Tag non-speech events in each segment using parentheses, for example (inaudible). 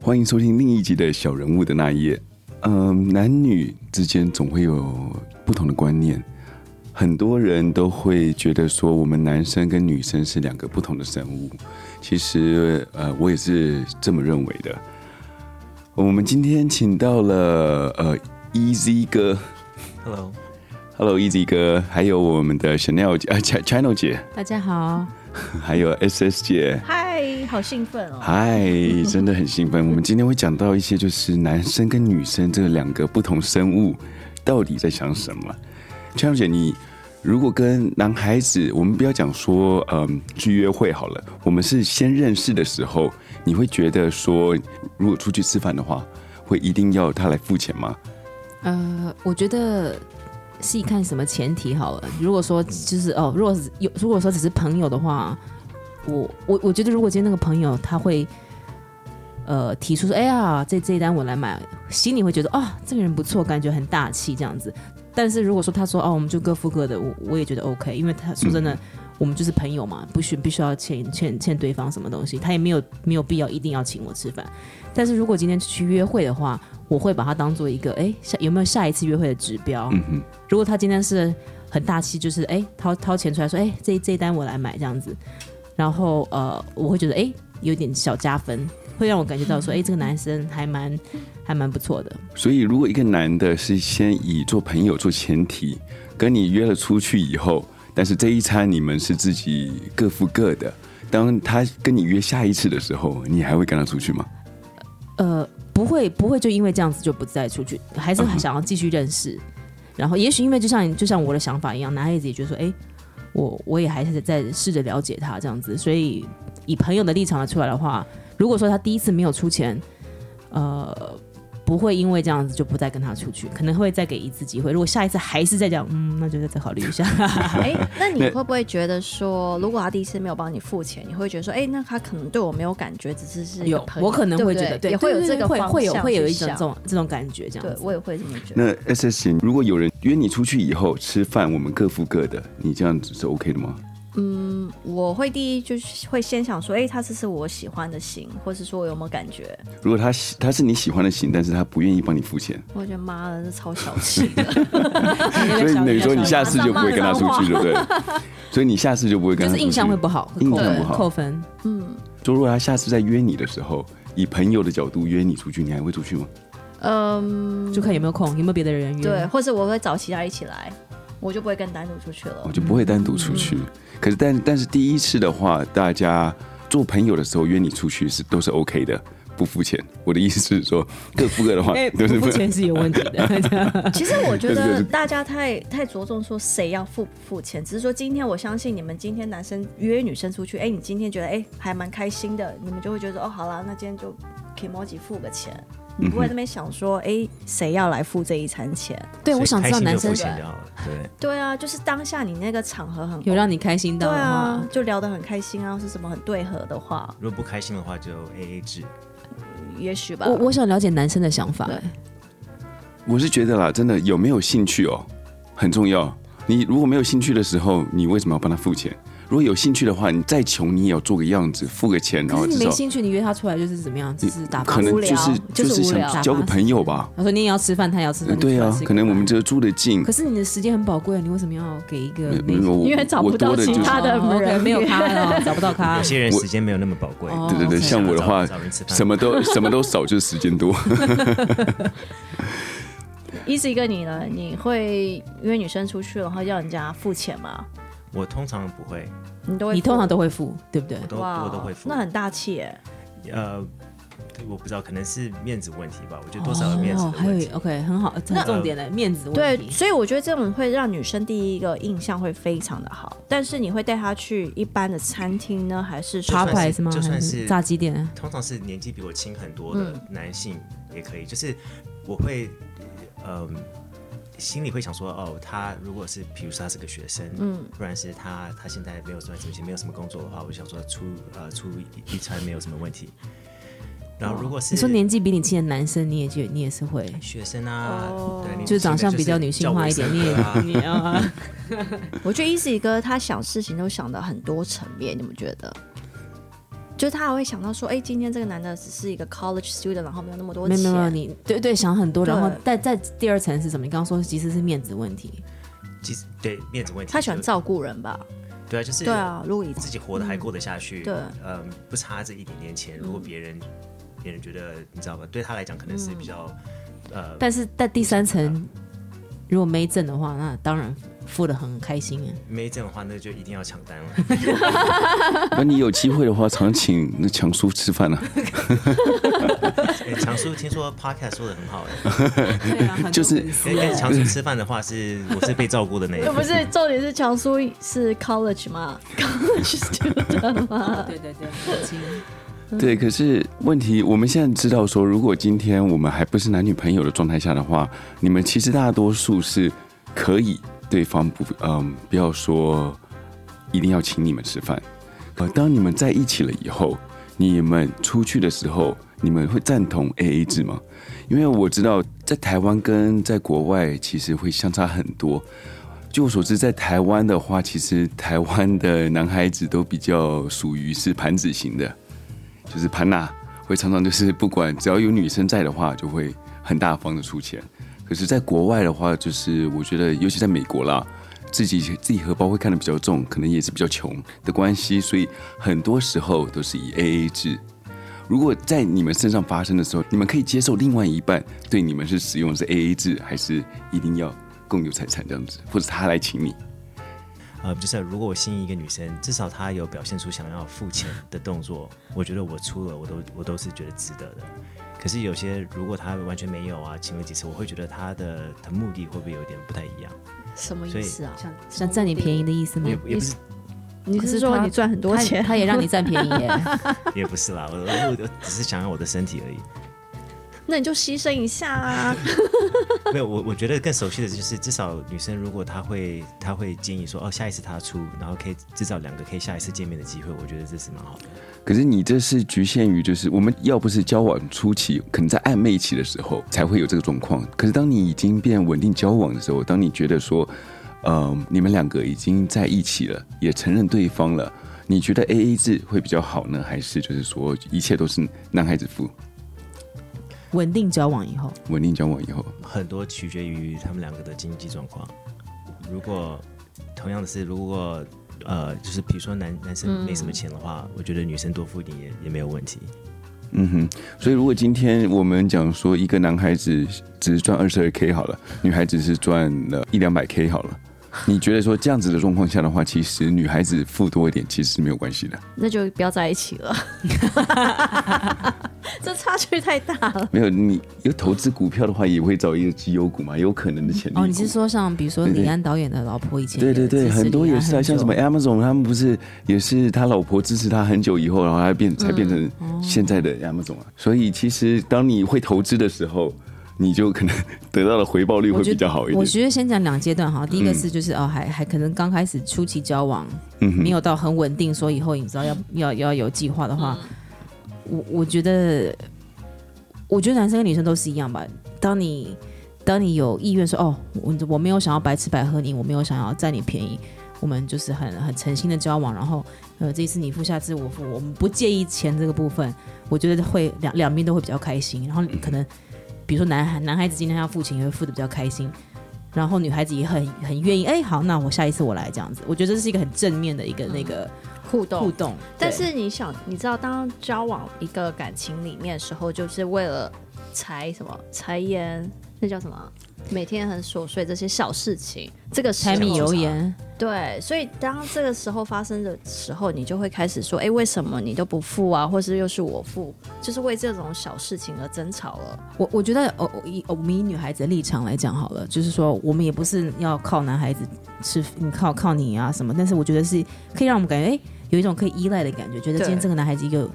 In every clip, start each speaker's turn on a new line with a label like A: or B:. A: 欢迎收听另一集的小人物的那一页。嗯，男女之间总会有不同的观念，很多人都会觉得说我们男生跟女生是两个不同的生物。其实，呃，我也是这么认为的。我们今天请到了呃，Easy 哥
B: Hello，
A: ，Hello，Easy 哥，还有我们的 Chanel 姐，呃，Ch-，Channel 姐，
C: 大家好，
A: 还有 SS 姐。
D: 嗨，好兴奋哦！
A: 嗨，真的很兴奋。我们今天会讲到一些，就是男生跟女生这两个不同生物到底在想什么。千小姐，你如果跟男孩子，我们不要讲说，嗯，去约会好了，我们是先认识的时候，你会觉得说，如果出去吃饭的话，会一定要他来付钱吗？
C: 呃，我觉得是看什么前提好了。如果说就是哦，如果是有如果说只是朋友的话，我我我觉得如果今天那个朋友他会呃提出说，哎呀，这这一单我来买，心里会觉得哦，这个人不错，感觉很大气这样子。但是如果说他说哦，我们就各付各的，我我也觉得 OK，因为他说真的。我们就是朋友嘛，不需必须要欠欠欠对方什么东西，他也没有没有必要一定要请我吃饭。但是如果今天去约会的话，我会把它当做一个哎下有没有下一次约会的指标。
A: 嗯哼，
C: 如果他今天是很大气，就是哎掏掏钱出来说哎这这一单我来买这样子，然后呃我会觉得哎有点小加分，会让我感觉到说哎这个男生还蛮还蛮不错的。
A: 所以如果一个男的是先以做朋友做前提，跟你约了出去以后，但是这一餐你们是自己各付各的。当他跟你约下一次的时候，你还会跟他出去吗？
C: 呃，不会不会就因为这样子就不再出去，还
D: 嗯
C: 是想要继续认识。然后也许因为就像你就像我的想法一样，男孩子也觉得说，哎，我我也还是在试着了解他这样子。所以以朋友的立场来出来的话，如果说他第一次没有出钱，呃。不会因为这样子就不再跟他出去，可能会再给一次机会。如果下一次还是再这样，嗯，那就再再考虑一下。
D: (laughs) 哎、那你会不会觉得说，如果他第一次没有帮你付钱，你会觉得说，哎、那他可能对我没有感觉，只是是一个
C: 有，
D: 朋友
C: 我可能会觉
D: 对
C: 得
D: 不对也会有这个
C: 会
D: 方
C: 会有
D: 向
C: 会有
D: 去
C: 一种这
D: 想
C: 种这种感觉这样
D: 对
C: 子。
D: 我也会这么觉得。
A: 那 S S 型，如果有人约你出去以后吃饭，我们各付各的，你这样子是 OK 的吗？
D: 我会第一就是会先想说，哎、他这是我喜欢的型，或是说我有没有感觉？
A: 如果他喜他是你喜欢的型，但是他不愿意帮你付钱，
D: 我觉得妈的，这超小
C: (laughs)
D: 气的。
C: 所
A: 所以等于说你下次就不会跟他出去，对不对？所以你下次就不会跟
C: 就
A: 他
C: 是
A: 出去。
C: 印象会不好，会
A: 印
C: 扣
A: 象
C: 分
A: 不好
C: 扣分。
A: 就如果他下次再约你的时候，以朋友的角度约你出去，你还会出去吗？
D: 嗯，
C: 就看有没有空，有没有别的人约。
A: 哦
D: 对，，或是我会找其他一起来，我就不会跟单独出去了
A: 我。哦就不会单独出去。可是但但是第一次的话，大家做朋友的时候约你出去是都是 OK 的，不付钱。我的意思是说，各付各的话
C: 哎，
A: 都是
C: 不付钱是有
A: (laughs)
C: 问题的。
D: 其实我觉
A: 对对
D: 得
A: 对
D: 大家太太着重说谁要付不付钱，只是说今天我相信你们今天男生约女生出去，哎，你今天觉得哎还蛮开心的，你们就会觉得哦好啦，那今天就 k i m o j i 付个钱，
A: 嗯
D: 你不会在那边想说哎谁要来付这一餐钱？
C: 对，哎我想知道男生
D: 对
B: 想要了，对，
D: 对啊，就是当下你那个场合很
C: 有让你开心
D: 对
C: 到的
D: 啊
C: 话，，
D: 就聊得很开心啊，是什么很对合的话，
B: 如果不开心的话就 A A 制，
D: 也许吧。
C: 我我想了解男生的想法。
D: 啊对
A: 我是觉得啦，真的有没有兴趣哦，很重要。你如果没有兴趣的时候，你为什么要帮他付钱？如果有兴趣的话，你再穷你也要做个样子，付个钱，然
C: 可
A: 后
C: 是
A: 至
C: 你没
A: 少
C: 兴趣，你约他出来就是怎么样？只是打
A: 可
C: 发
A: 能
C: 无
D: 聊
A: 就是
D: 就是
A: 是
D: 无聊
A: 想交个朋友吧。
C: 他说你也要吃饭，他也要吃饭。
A: 对
C: 你出来
A: 啊
C: 吃，个
A: 可能我们
C: 饭
A: 这住的近
C: 可，是你的时间很宝贵，你为什么要给一个没
A: 没有我
D: 因为找不
A: 我多
D: 到
A: 的
D: 其
A: 就是
D: 他的
C: 哦，OK，
D: 人
C: 没有咖了，找不到咖
D: (laughs)
B: 有。些人
A: 我
B: 时间没有那么宝贵，
C: 啊哦
A: 对对对，
C: 哦
A: 像我的话
B: 找人吃，饭
A: 什么都什么都少，就是时间多。
D: Easy 哥你呢？你会约女生出去，然后要人家付钱吗？
B: 我通常不会，
D: 你都会付？
C: 你通常都会付，对不对？
B: 我都
D: 哇，
B: 我都会付
D: 那，很大气耶。
B: 呃，我不知道，可能是面子问题吧，我觉得多少有面子
C: 哦
B: 的
C: 还
B: 问题
C: 有。OK，很好，这很重点的面子问
D: 对，
C: 题。
D: 所以我觉得这种会让女生第一个印象会非常的好。但是你会带她去一般的餐厅呢，还是说
C: 爬
B: 爬
C: 牌是吗？
B: 就算
C: 还
B: 是
C: 炸鸡店？啊
B: 通常是年纪比我轻很多
C: 嗯
B: 的男性也可以，就是我会，嗯、心里会想说，哦，他如果是，比如说他是个学生，嗯，不然是他他现在没有赚什么钱，没有什么工作的话，我就想说出呃出一一餐没有什么问题。然后如果是
C: 你说年纪比你轻的男生，你也就你也是会，
B: 学生啊，对，年纪
C: 哦就是长
B: 轻
C: 相
B: 的
C: 比较女性化一点，
B: 就是叫
C: 你
B: 卫生哥
D: (laughs)
C: 也
B: 啊
C: 你也啊。
D: 我觉得 Easy 哥他想事情都想的很多层面，你们觉得？就是他还会想到说，哎，今天这个男的只是一个 college student，然后没有那么多
C: 没
D: 钱，
C: 有没有没有，你对对想很多，然后
D: 对
C: 但在第二层是什么？你刚刚说其实是面子问题，
B: 其实对面子问题，
D: 他喜欢
B: 就
D: 照顾人吧？
B: 对啊，就是
D: 对啊，如果以
B: 自己活得还过得下去，
D: 对嗯
B: 嗯，不差这一点点钱。如果别人别人觉得你知道吗？对他来讲可能
D: 嗯
B: 是比较呃，
C: 但是在第三层如果没挣的话，那当然付的很开心啊。
B: 没这样的话，那就一定要抢
D: (laughs)
B: 单了。
A: 那你有机会的话，常请那强叔吃饭啊，
B: 哎强叔听说 podcast 做的很好
D: (laughs)
B: 哎，
C: 对啊，很多
A: 就是
C: 粉丝
B: 哎哎，强叔吃饭的话是我是被照顾的那一
D: (laughs) 不
B: 个，
D: 是重点是强叔是 college (laughs) 嘛，college student 嘛，
C: 对对
D: (laughs)
C: 对，很亲
A: 对，可是问题我们现在知道说，如果今天我们还不是男女朋友的状态下的话，你们其实大多数是可以对方不嗯，不要说一定要请你们吃饭，呃，当你们在一起了以后，你们出去的时候，你们会赞同 A A 制吗？因为我知道在台湾跟在国外其实会相差很多。据我所知，在台湾的话，其实台湾的男孩子都比较属于是盘子型的，就是盘呐、会常常就是不管只要有女生在的话，就会很大方的出钱。可是，在国外的话，就是我觉得，尤其在美国啦，自己自己荷包会看得比较重，可能也是比较穷的关系，所以很多时候都是以 A A 制。如果在你们身上发生的时候，你们可以接受另外一半对你们是使用的是 A A 制，还是一定要共有财产这样子，或者他来请你？
B: 呃，就是如果我心仪一个女生，至少她有表现出想要付钱的动
D: (laughs)
B: 作，我觉得我出了，我都我都是觉得值得的。可是有些如果她完全没有啊，请了几次，我会觉得她的的目的会不会有点不太一样？
D: 什么
B: 所
D: 意
B: 以
D: 思啊？
C: 想想占你便宜的意思
D: 嗯
C: 吗
B: 也？也不是
D: 你
C: 可
D: 是
C: 是
D: 说
C: 他
D: 你赚很多
C: 他
D: 钱，
C: 他也让你占便宜
D: (laughs)
C: 耶。
B: 也不是啦，我我我只是想要我的身体而已。
D: 那你就牺牲一下啊！
B: 没有，我我觉得更熟悉的就是，至少女生如果她会，她会建议说，哦，下一次她出，然后可以至少两个可以下一次见面的机会，我觉得这是蛮好的。
A: 可是你这是局限于，就是我们要不是交往初期，可能在暧昧期的时候才会有这个状况。可是当你已经变稳定交往的时候，当你觉得说，呃，你们两个已经在一起了，也承认对方了，你觉得 A A 制会比较好呢，还是就是说一切都是男孩子付？
C: 稳定交往以后，
A: 稳定交往以后，
B: 很多取决于他们两个的经济状况。如果同样的是，如果呃，就是比如说男男生没什么钱的话，我觉得女生多付一点也也没有问题。
A: 嗯哼。所以如果今天我们讲说一个男孩子只是赚二十二 k 好了，女孩子是赚了一两百 k 好了。你觉得说这样子的状况下的话，其实女孩子付多一点其实是没有关系的。
D: 那就不要在一起 (laughs) 了，这差距太大了。
A: 没有，你有投资股票的话，也会找一个绩优股嘛，有可能的潜力股。
C: 哦，你是说像比如说
A: 对对
C: 李安导演的老婆以前
A: 对对对，
C: 支持
A: 很多
C: 李安
A: 也是啊，
C: 很久
A: 像什么 Amazon，他们不是也是他老婆支持他很久以后，然后他变
C: 嗯
A: 才变成
C: 哦
A: 现在的 Amazon 啊。所以其实当你会投资的时候，你就可能 (laughs) 得到的回报率
C: 我
A: 会
C: 觉
A: 比
C: 得
A: 较好一
C: 我
A: 点。
C: 觉得先讲两阶段哈，第一个是就是、哦，还还可能刚开始初期交往，
A: 嗯
C: 没
A: 哼，
C: 有到很稳定，说以后你知道要要要有计划的话，我我觉得，我觉得男生跟女生都是一样吧。当你当你有意愿说哦，我我没有想要白吃白喝你，我没有想要占你便宜，我们就是很很诚心的交往，然后呃这一次你付，下次我付，我们不介意钱这个部分，我觉得会两两边都会比较开心。然后可能比如说男孩男孩子今天要付钱，也会付的比较开心。然后女孩子也很很愿意，哎，好，那我下一次我来这样子。我觉得这是一个很正面的一个那个
D: 互
C: 互动。
D: (laughs) 但是你想，你知道，当交往一个感情里面的时候，就是为了柴什么柴盐，那叫什么？每天很琐碎这些小事情，这个时
C: 柴米
D: 候
C: 油盐，
D: 对，所以当这个时候发生的时候，你就会开始说，哎，为什么你都不付啊？或是又是我付，就是为这种小事情而争吵
C: (laughs)
D: 了。
C: 我我觉得，哦，我以我们以女孩子的立场来讲好了，就是说我们也不是要靠男孩子吃，你靠靠你啊什么，但是我觉得是可以让我们感觉，哎，有一种可以依赖的感觉，觉得
D: 对
C: 今天这个男孩子有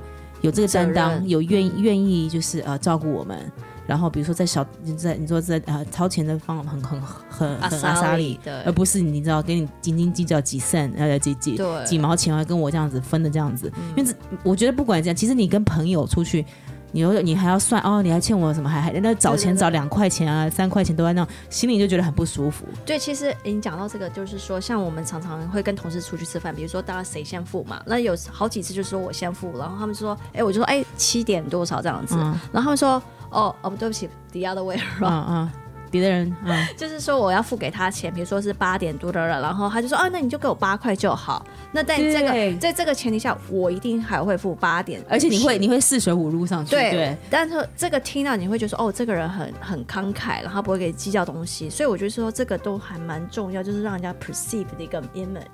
C: 有这个担
D: 责
C: 当，
D: 任嗯
C: 有愿意愿意就是呃照顾我们。然后比如说在小你在你说在呃掏钱的方很很很很阿莎里，
D: 对
C: 而不是你知道给你斤斤计较几 cent，呃几几
D: 对嗯
C: 几毛钱，要跟我这样子分的这样子。因为这我觉得不管这样，其实你跟朋友出去，你又你还要算哦，你还欠我什么？还还那找钱
D: 对对
C: 找两块钱啊，三块钱都在那，心里就觉得很不舒服。
D: 对，其实诶你讲到这个，就是说，像我们常常会跟同事出去吃饭，比如说，当然谁先付嘛，那有好几次就是说我先付，然后他们说，哎，我就说，哎，七点多少这样子，
C: 嗯
D: 然后他们说，哦，哦，对不起，the other way
C: 啊
D: around，、 (laughs)
C: 啊，别的人啊，
D: 就是说我要付给他钱，比如说是八点多的了，然后他就说，啊，那你就给我八块就好，那在这
C: 对
D: 个在这个前提下，我一定还会付八点，
C: 而且你会你会四舍五入上去，
D: 对，
C: 对，
D: 但是这个听到你会觉得说，哦，这个人很很慷慨，然后不会给你计较东西，所以我觉得说这个都还蛮重要，就是让人家 perceive 的一个 image。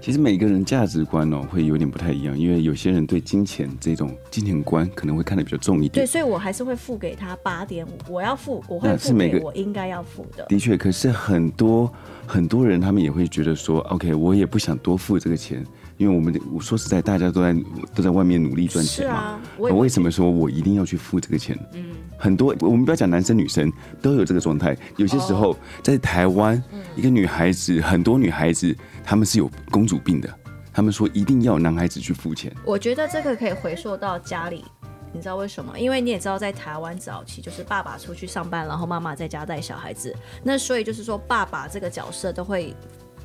A: 其实每个人价值观哦会有点不太一样，因为有些人对金钱这种金钱观可能会看得比较重一
D: 对，
A: 点。
D: 所以我还是会付给他八点五，我要付，我会
A: 那是
D: 付
A: 每
D: 给
A: 个
D: 我应该要付的。
A: 的确，可是很多很多人他们也会觉得说，OK，我也不想多付这个钱，因为我们我说实在，大家都在都在外面努力赚
D: 是
A: 钱嘛。
D: 啊，我
A: 我
D: 也
A: 为什么说我一定要去付这个钱？嗯，很多我们不要讲男生女生都有这个状态。有些时
D: 哦
A: 候在台湾，
D: 嗯
A: 一个女孩子，很多女孩子她们是有公主病的，她们说一定要男孩子去付钱。
D: 我觉得这个可以回溯到家里。你知道为什么？因为你也知道，在台湾早期就是爸爸出去上班，然后妈妈在家带小孩子。那所以就是说，爸爸这个角色都会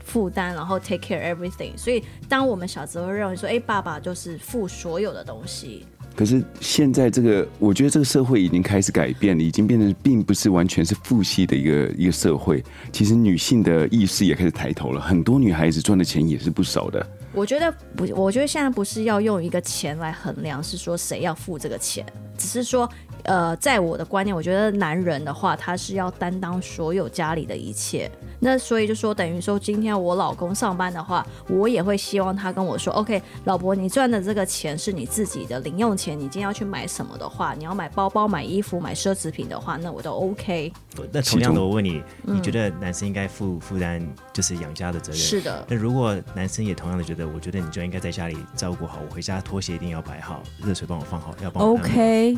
D: 负担，然后 take care everything。所以当我们小时候认为说，哎、爸爸就是付所有的东西，
A: 可是现在这个，我觉得这个社会已经开始改变了，已经变成并不是完全是父系的一个一个社会。其实女性的意识也开始抬头了，很多女孩子赚的钱也是不少的。
D: 我觉得不，我觉得现在不是要用一个钱来衡量，是说谁要付这个钱，只是说，呃，在我的观念，我觉得男人的话，他是要担当所有家里的一切。那所以就说，等于说，今天我老公上班的话，我也会希望他跟我说，OK，老婆，你赚的这个钱是你自己的零用钱，你今天要去买什么的话，你要买包包、买衣服、买奢侈品的话，那我都 OK。
B: 那
A: 其
B: 同样的，
A: 中
B: 我问你，你觉得男生应该负负担就是养家的责任？
D: 是的，
B: 那如果男生也同样的觉得，我觉得你就应该在家里照顾好，我回家拖鞋一定要摆好，热水帮我放好，要帮我按摩。
C: OK，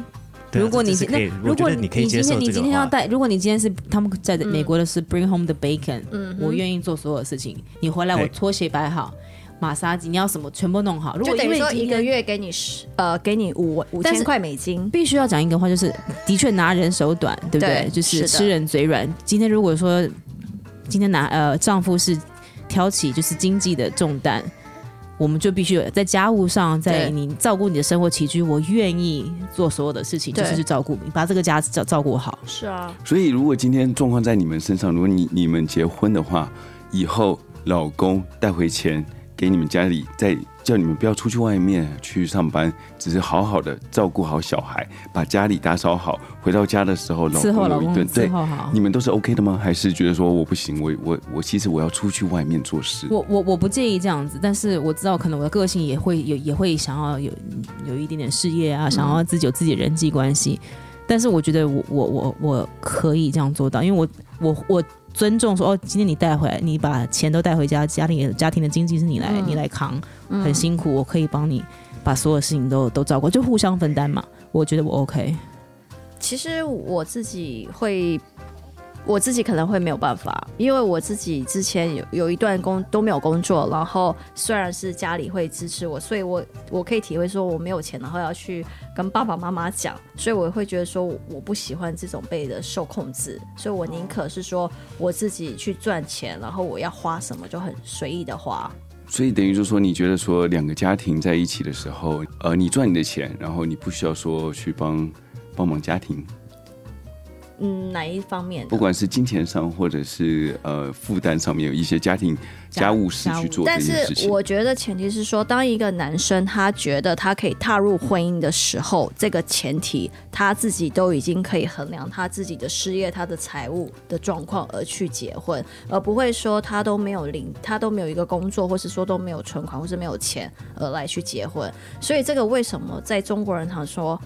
B: 对啊
C: 如果
B: 这
C: 你
B: 这是可
C: 那
B: 以，
C: 如
B: 我觉
C: 果
B: 得你可以接
C: 今
B: 受这
C: 天你
B: 个
C: 今天要
B: 的话，
C: 带，如果你今天是他们在美国的是 bring home the bacon，
D: 嗯哼
C: 我愿意做所有的事情。你回来我
B: 对
C: 拖鞋摆好，马杀鸡你要什么全部弄好。如
D: 就
C: 果
D: 等
C: 因
D: 于
C: 为
D: 说
C: 今
D: 一个
C: 天
D: 月给你十，呃，给你五五
C: 但
D: 千
C: 是
D: 块美金。
C: 必须要讲一个话，就是的确拿人手短，对不对？
D: 对
C: 就是
D: 是的
C: 吃人嘴软。今天如果说今天拿呃丈夫是挑起就是经济的重担，我们就必须在家务上，在
D: 对
C: 你照顾你的生活起居，我愿意做所有的事情，就
D: 对
C: 是去照顾你，把这个家照照顾好。
D: 是啊，
A: 所以，如果今天状况在你们身上，如果你你们结婚的话，以后老公带回钱给你们家里，再叫你们不要出去外面去上班，只是好好的照顾好小孩，把家里打扫好，回到家的时候，老
C: 伺候
A: 公
C: 老
A: 有一
C: 公
A: 顿
C: 伺
A: 对。
C: 候
D: 哦
C: 好
A: 你。们都是 OK 的吗？还是觉得说我不行，我我我其实我要出去外面做事？
C: 我我我不介意这样子，但是我知道可能我的个性也会有也会想要有有一点点事业啊，想
A: 嗯
C: 要自己有自己的人际关系。但是我觉得我我我我可以这样做到，因为我我我尊重说哦，今天你带回来，你把钱都带回家，家里家庭的经济是你来、
A: 嗯
C: 你来扛，很辛苦，我可以帮你把所有事情都都照顾，就互相分担嘛。我觉得我 OK，
D: 其实我自己会，我自己可能会没有办法，因为我自己之前有有一段工都没有工作，然后虽然是家里会支持我，所以我我可以体会说我没有钱，然后要去跟爸爸妈妈讲，所以我会觉得说我不喜欢这种被的受控制，所以我宁可是说我自己去赚钱，然后我要花什么就很随意的花。
A: 所以等于就是说，你觉得说两个家庭在一起的时候，呃，你赚你的钱，然后你不需要说去帮帮忙家庭，
D: 嗯，哪一方面的？
A: 不管是金钱上或者是呃负担上面，有一些家庭
C: 家
A: 家务事
C: 家务
A: 去做这
D: 但
A: 件事
D: 是
A: 情。
D: 我觉得前提是说，当一个男生他觉得他可以踏入婚姻的时候，这个前提他自己都已经可以衡量他自己的事业、他的财务的状况而去结婚，而不会说他都没有领，他都没有一个工作，或是说都没有存款，或是没有钱而来去结婚。所以这个为什么在中国人常说，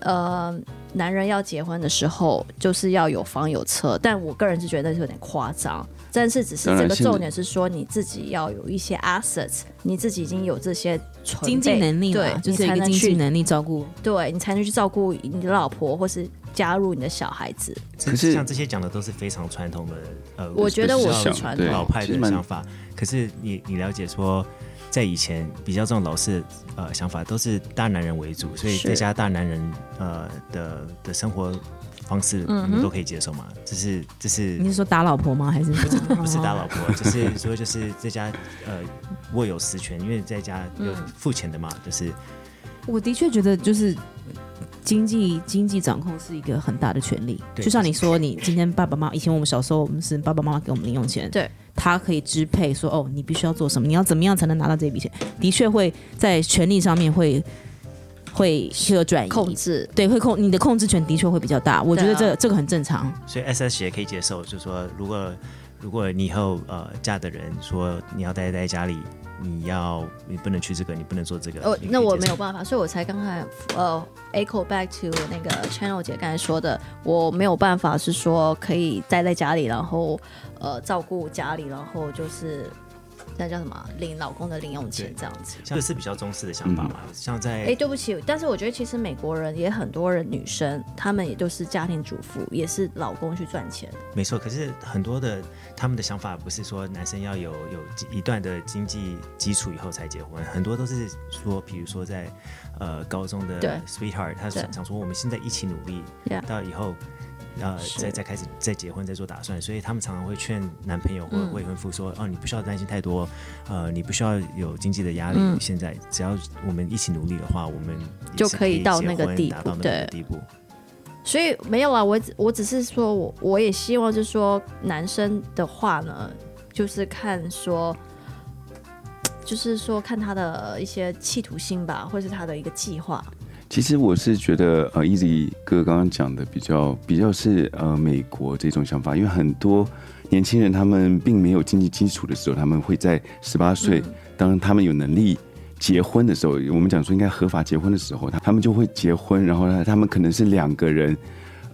D: 呃。男人要结婚的时候，就是要有房有车，但我个人是觉得那是有点夸张。但是只是
A: 当然
D: 这个
A: 现在
D: 重点是说你自己要有一些 assets，你自己已经有这些存备
C: 经济能力嘛
D: 对，，
C: 就
D: 你
C: 是一
D: 才
C: 个
D: 能
C: 经济
D: 去，
C: 能力照顾。
D: 对你才能去照顾你的老婆，或是加入你的小孩子。
A: 可是
B: 像这些讲的都是非常传统的，呃，
D: 我觉得
B: 比
D: 我
B: 较
D: 是
A: 想
D: 传
A: 对
D: 统
B: 老派
A: 其实
B: 的
A: 蛮
B: 想法。可是你你了解说，在以前比较这种老式呃想法，都是大男人为主，所以
D: 是
B: 在家大男人呃的的生活方式，你们都可以接受吗？这是这是
C: 嗯你是说打老婆吗？还是不是
B: 不是打老婆，
D: 哦
B: 就是 (laughs) 说就是在家呃握有实权，因为在家
D: 嗯
B: 有付钱的嘛，就是
C: 我的确觉得就是经济经济掌控是一个很大的权利。
B: 对
C: 就像你说，你今天爸爸妈妈，以前我们小时候，我们是爸爸妈妈给我们零用钱，
D: 对，
C: 他可以支配说哦，你必须要做什么，你要怎么样才能拿到这笔钱，的确会在权利上面会会会有转移
D: 控。制，
C: 对，会控你的控制权的确会比较大，我觉得
D: 对
C: 这、
D: 啊
C: 这个很正常。
B: 所以 S S 也可以接受，就是说如果如果你以后呃嫁的人说你要待在家里，你要你不能去这个，你不能做这个，
D: 哦，
B: 你可以
D: 那我
B: 接
D: 没
B: 受
D: 有办法，所以我才刚才呃，echo back to 那个 Channel 姐刚才说的，我没有办法是说可以待在家里，然后呃照顾家里，然后就是那叫什么啊领老公的零用钱
B: 对
D: 这样子。
B: 像这是比较中式的想法嘛，像在
D: 哎、对不起，但是我觉得其实美国人也很多人女生，她们也都是家庭主妇，也是老公去赚钱。
B: 没错，可是很多的他们的想法不是说男生要有有一段的经济基础以后才结婚，很多都是说，比如说在呃高中
D: 对
B: 的 sweetheart，他
D: 对
B: 想想说我们现在一起努力
D: Yeah
B: 到以后。呃，
D: 是
B: 再再开始再结婚再做打算，所以他们常常会劝男朋友或
D: 嗯
B: 未婚夫说：“哦，你不需要担心太多，呃，你不需要有经济的压力。现在只要我们一起努力的话，我们也
D: 嗯就是可以到
B: 结
D: 那个
B: 婚
D: 地
B: 达
D: 步
B: 到那
D: 对
B: 个地步。
D: 所以没有啊，我只我只是说我我也希望就是说男生的话呢，就是看说，就是说看他的一些企图心吧，或是他的一个计划。
A: 其实我是觉得，呃，Easy 哥刚刚讲的比较比较是呃美国这种想法，因为很多年轻人他们并没有经济基础的时候，他们会在十八岁，当他们有能力结婚的时候，我们讲说应该合法结婚的时候，他他们就会结婚，然后呢，他们可能是两个人，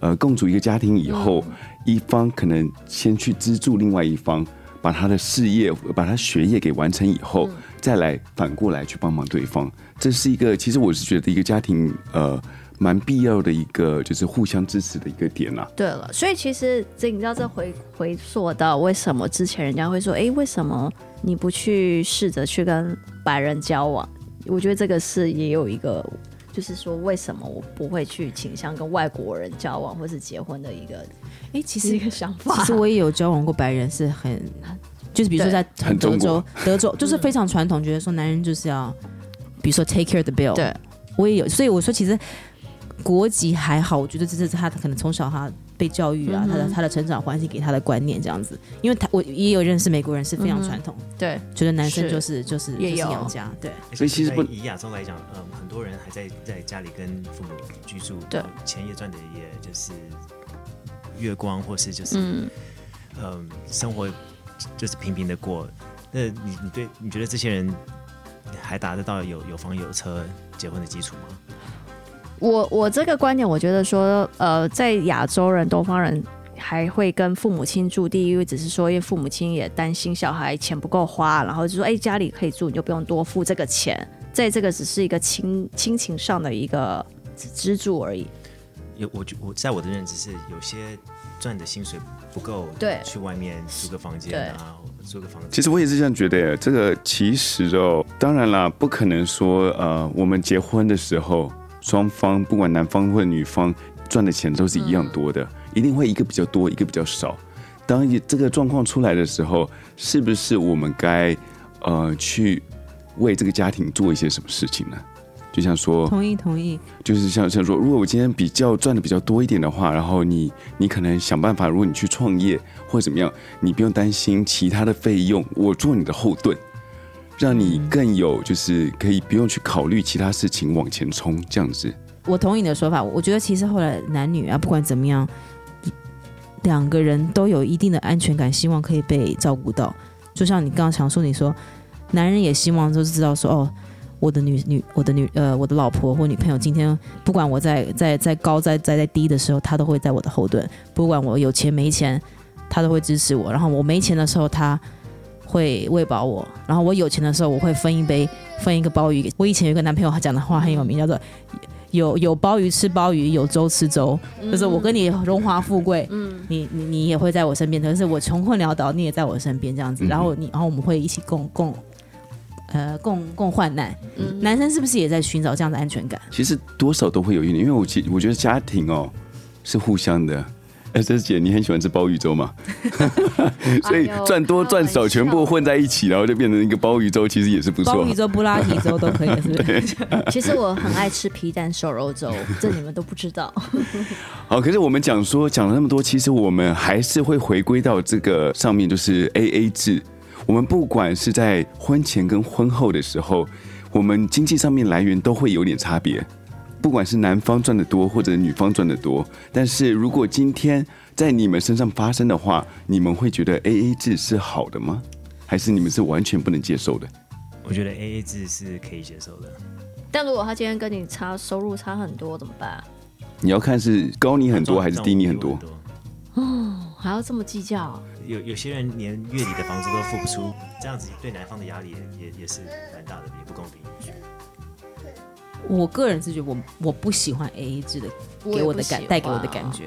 A: 呃，共处一个家庭以后，一方可能先去资助另外一方。把他的事业、把他学业给完成以后，再来反过来去帮忙对方，这是一个，其实我是觉得一个家庭，呃，蛮必要的一个，就是互相支持的一个点啊啦、
D: 对了，所以其实这你知道这回回溯到为什么之前人家会说，哎，为什么你不去试着去跟白人交往？我觉得这个是也有一个，就是说为什么我不会去倾向跟外国人交往或是结婚的一个
C: 哎、其
D: 是一个想法。
C: 其实我也有交往过白人，是很，就是比如说在
A: 很
C: 德
A: 中
C: 州
A: 国，
C: 德州就是
D: 嗯
C: 非常传统，觉得说男人就是要，比如说 take care of the bill。，我也有，所以我说其实国籍还好，我觉得这是他可能从小他被教育
D: 嗯
C: 啊，他的他的成长环境给他的观念这样子。因为他我也有认识美国人是非常传统，
D: 对
C: 觉得男生
D: 嗯是
C: 就是就是就
D: 也
C: 是
D: 有
C: 养家，对，
A: 所以其实不
B: 而且现在以亚洲来讲，呃，很多人还在在家里跟父母居住，呃
D: 对，
B: 钱也赚的也就是月光，或是就是
D: 嗯
B: 嗯、生活就是平平的过。那你你对你觉得这些人还达得到有有房有车结婚的基础吗？
D: 我我这个观点，我觉得说，呃，在亚洲人、东方人还会跟父母亲住，第一位只是说，因为父母亲也担心小孩钱不够花，然后就说，哎，家里可以住，你就不用多付这个钱。在这个只是一个亲亲情上的一个支柱而已。
B: 有我觉我在我的认知是，有些赚的薪水不够，
D: 对
B: 去外面租个房间啊，租个房子。
A: 其实我也是这样觉得，这个其实哦，当然啦，不可能说，呃，我们结婚的时候，双方不管男方或女方赚的钱都是一样多的，一定会一个比较多，一个比较少。当这个状况出来的时候，是不是我们该呃去为这个家庭做一些什么事情呢？就像说，
C: 同意同意。
A: 就是像像说，如果我今天比较赚的比较多一点的话，然后你你可能想办法，如果你去创业或者怎么样，你不用担心其他的费用，我做你的后盾，让你更有就是可以不用去考虑其他事情往前冲这样子。
C: 我同意你的说法，我我觉得其实后来男女啊，不管怎么样，两个人都有一定的安全感，希望可以被照顾到。就像你刚刚常说，你说男人也希望就是知道说，哦，我的女女，我的女呃，我的老婆或女朋友，今天不管我在在在高在在在低的时候，她都会在我的后盾；不管我有钱没钱，她都会支持我。然后我没钱的时候，她会喂饱我；然后我有钱的时候，我会分一杯分一个鲍鱼给。我以前有一个男朋友，他讲的话很有名，叫做有有鲍鱼吃鲍鱼，有粥吃粥，就是我跟你荣华富贵，嗯，你你你也会在
A: 嗯
C: 我身边，可是我穷困潦倒，你也在我身边这样子，然后你然后我们会一起共共呃共共患难，嗯男生是不是也在寻找这样的安全感？
A: 其实多少都会有一点，因为我其我觉得家庭哦是互相的。 (laughs) 哎，这姐，你很喜欢吃鲍鱼粥吗？所以
D: 哎呦
A: 赚多赚少全部混在一起，然后就变成一个鲍鱼粥，其实也是不
C: 包
A: 错
C: 宇。宙、布拉提州都可以，是不是？
A: (laughs)
D: 其实我很爱吃皮蛋瘦肉 (laughs) 粥，这你们都不知道。
A: 好，可是我们讲说讲了那么多，其实我们还是会回归到这个上面，就是 A A 制。我们不管是在婚前跟婚后的时候，我们经济上面来源都会有点差别，不管是男方赚的多或者女方赚的多。但是如果今天在你们身上发生的话，你们会觉得 A A 制是好的吗？还是你们是完全不能接受的？
B: 我觉得 A A 制是可以接受的。
D: 但如果他今天跟你差收入差很多怎么办？
A: 你要看是高你很多还是低你很多。
D: 还要这么计较？
B: 有有些人连月底的房租都付不出，这样子对男方的压力也也也是蛮大的，也不公平。
C: 我个人是觉得我我不喜欢 A A 制的给我的感带给我的感。觉。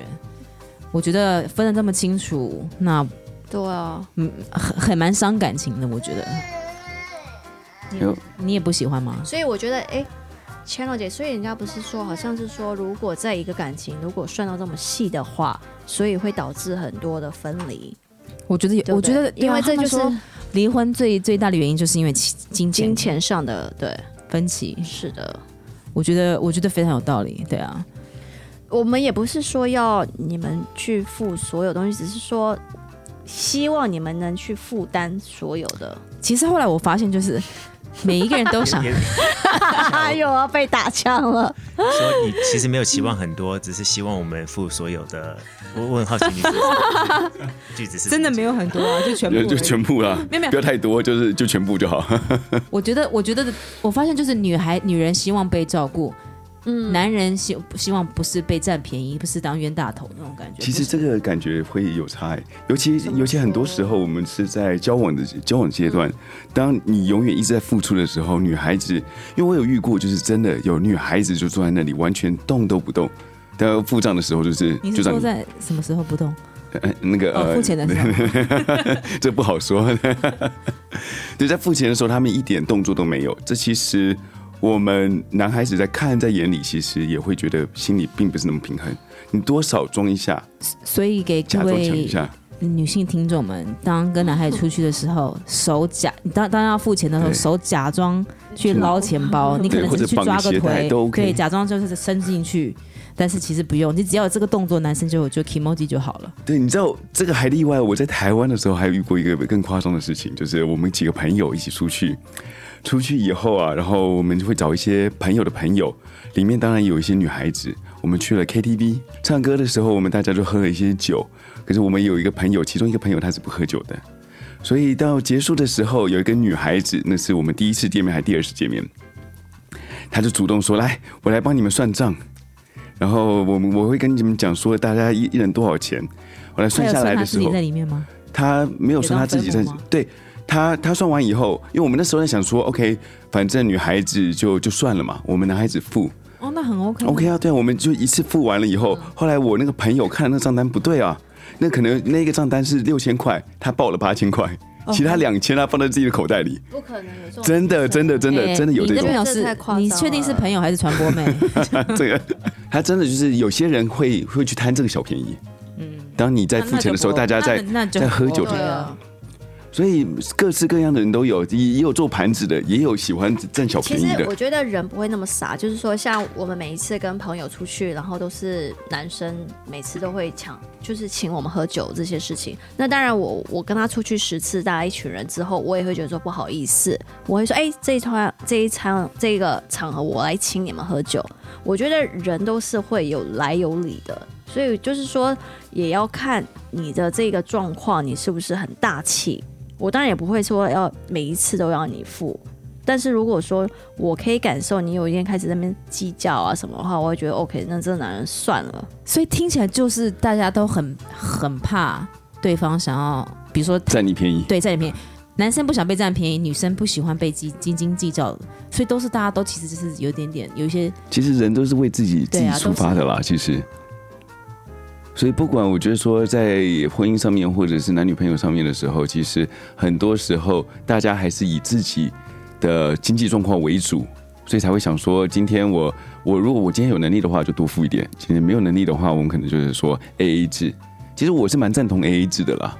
C: 我觉得分的这么清楚，那
D: 对啊，
C: 很很蛮伤感情的。我觉得
A: 有
C: 你也不喜欢吗？
D: 所以我觉得，哎、c h a n n e l 姐，所以人家不是说，好像是说，如果在一个感情如果算到这么细的话，所以会导致很多的分离。
C: 我觉得
D: 对不对
C: 有，我觉得啊
D: 因为这就是
C: 离婚最最大的原因，就是因为金金钱
D: 金钱上的，对，
C: 分歧。
D: 是的。
C: 我觉得我觉得非常有道理。对啊，
D: 我们也不是说要你们去付所有东西，只是说希望你们能去负担所有的。
C: 其实后来我发现，就是每一个人都
A: (laughs)
C: 想
B: 也也
D: 哎呦，要被打枪了！
B: 说你其实没有期望很多，只是希望我们付所有的。我我很好奇你是不
C: (laughs)
B: 是句子是
C: 真的没有很多啊，就全部
A: (laughs) 就就全部啦
C: 没有没，有
A: 不要太多，就是就全部就好。
C: 我觉得，我觉得，我发现就是女孩、女人希望被照顾，嗯，男人希希望不是被占便宜，不是当冤大头那种感觉。
A: 其实这个感觉会有差、欸，尤其尤其很多时候我们是在交往的交往阶段，当你永远一直在付出的时候，女孩子，因为我有遇过，就是真的有女孩子就坐在那里完全动都不动，但要付账的时候就是
C: 你
A: 就是让
C: 说在什么时候不动？
A: 呃那个
C: 哦，
A: 呃
C: 付钱的时候，
A: (laughs) 这不好说。 (laughs) 对，在付钱的时候，他们一点动作都没有。这其实我们男孩子在看在眼里，其实也会觉得心里并不是那么平衡。你多少装一下，
C: 所以给各
A: 假装抢一
C: 位
A: 下，
C: 女性听众们，当跟男孩出去的时候，手假当当要付钱的时候，
A: 对
C: 手假装去捞钱包，你可能
A: 对或者
C: 只是去抓个
A: 绑个鞋带
C: 腿，
A: 都 OK
C: 对，假装就是伸进去，但是其实不用，你只要有这个动作，男生就有就 k i m o j i 就好了。
A: 对，你知道这个还例外。我在台湾的时候还遇过一个更夸张的事情，就是我们几个朋友一起出去，出去以后啊，然后我们就会找一些朋友的朋友，里面当然有一些女孩子。我们去了 KTV 唱歌的时候，我们大家就喝了一些酒。可是我们有一个朋友，其中一个朋友他是不喝酒的，所以到结束的时候，有一个女孩子，那是我们第一次见面还是第二次见面，她就主动说：“来，我来帮你们算账。”然后我们我会跟你们讲说，大家一一人多少钱。我来算
C: 还有
A: 下来
C: 算
A: 的
C: 他
A: 时
C: 自
A: 候
C: 己，在里面吗？
A: 他没有算他自己
C: 也
A: 算
C: 当分母吗，
A: 对他他算完以后，因为我们那时候在想说，OK，反正女孩子就就算了嘛，我们男孩子付
C: 哦，那很 OK 啊。
A: ，OK 啊，对啊，我们就一次付完了以
C: 嗯
A: 后，后来我那个朋友看了那账单不对啊，那可能那个账单是六千块，他报了八千块，其他两千他放在自己的口袋
C: (laughs)
A: 里，
D: 不可能有这种
A: 真的真的真的
C: 哎
A: 真的有这
C: 你
A: 种
C: 这朋。友
D: 这太夸张
C: 是？
D: 了
C: 你确定是朋友还是传播妹？
A: 这个他真的就是有些人会会去贪这个小便宜。嗯，当 (laughs) 你在付钱的时候，大家在
C: 啊那就
A: 在喝酒，
C: 对啊，
A: 所以各式各样的人都有，也也有做盘子的，也有喜欢占小
D: 其
A: 便宜
D: 实我
A: 的。
D: 觉得人不会那么傻，就是说，像我们每一次跟朋友出去，然后都是男生，每次都会抢，就是请我们喝酒这些事情。那当然我，我跟他出去十次，大家一群人之后，我也会觉得说不好意思，我会说，哎、这一团这一场这个场合，我来请你们喝酒。我哎觉得人都是会有来有理的，所以就是说，也要看你的这个状况，你是不是很大气。我当然也不会说要每一次都要你付，但是如果说我可以感受你有一天开始在那边计较啊什么的话，我会觉得 OK，那这个男人算了。
C: 所以听起来就是大家都很很怕对方想要，比如说
A: 占你便宜，
C: 对占你便宜，男生不想被占便宜，女生不喜欢被斤斤斤计较的，所以都是大家都其实就是有一点点有一些
A: 其实人都是为自己自
C: 对
A: 己
C: 啊
A: 出发的啦，其实。所以不管我觉得说在婚姻上面，或者是男女朋友上面的时候，其实很多时候大家还是以自己的经济状况为主，所以才会想说，今天我我如果我今天有能力的话，就多付一点；今天没有能力的话，我们可能就是说 A A 制。其实我是蛮赞同 A A 制的啦，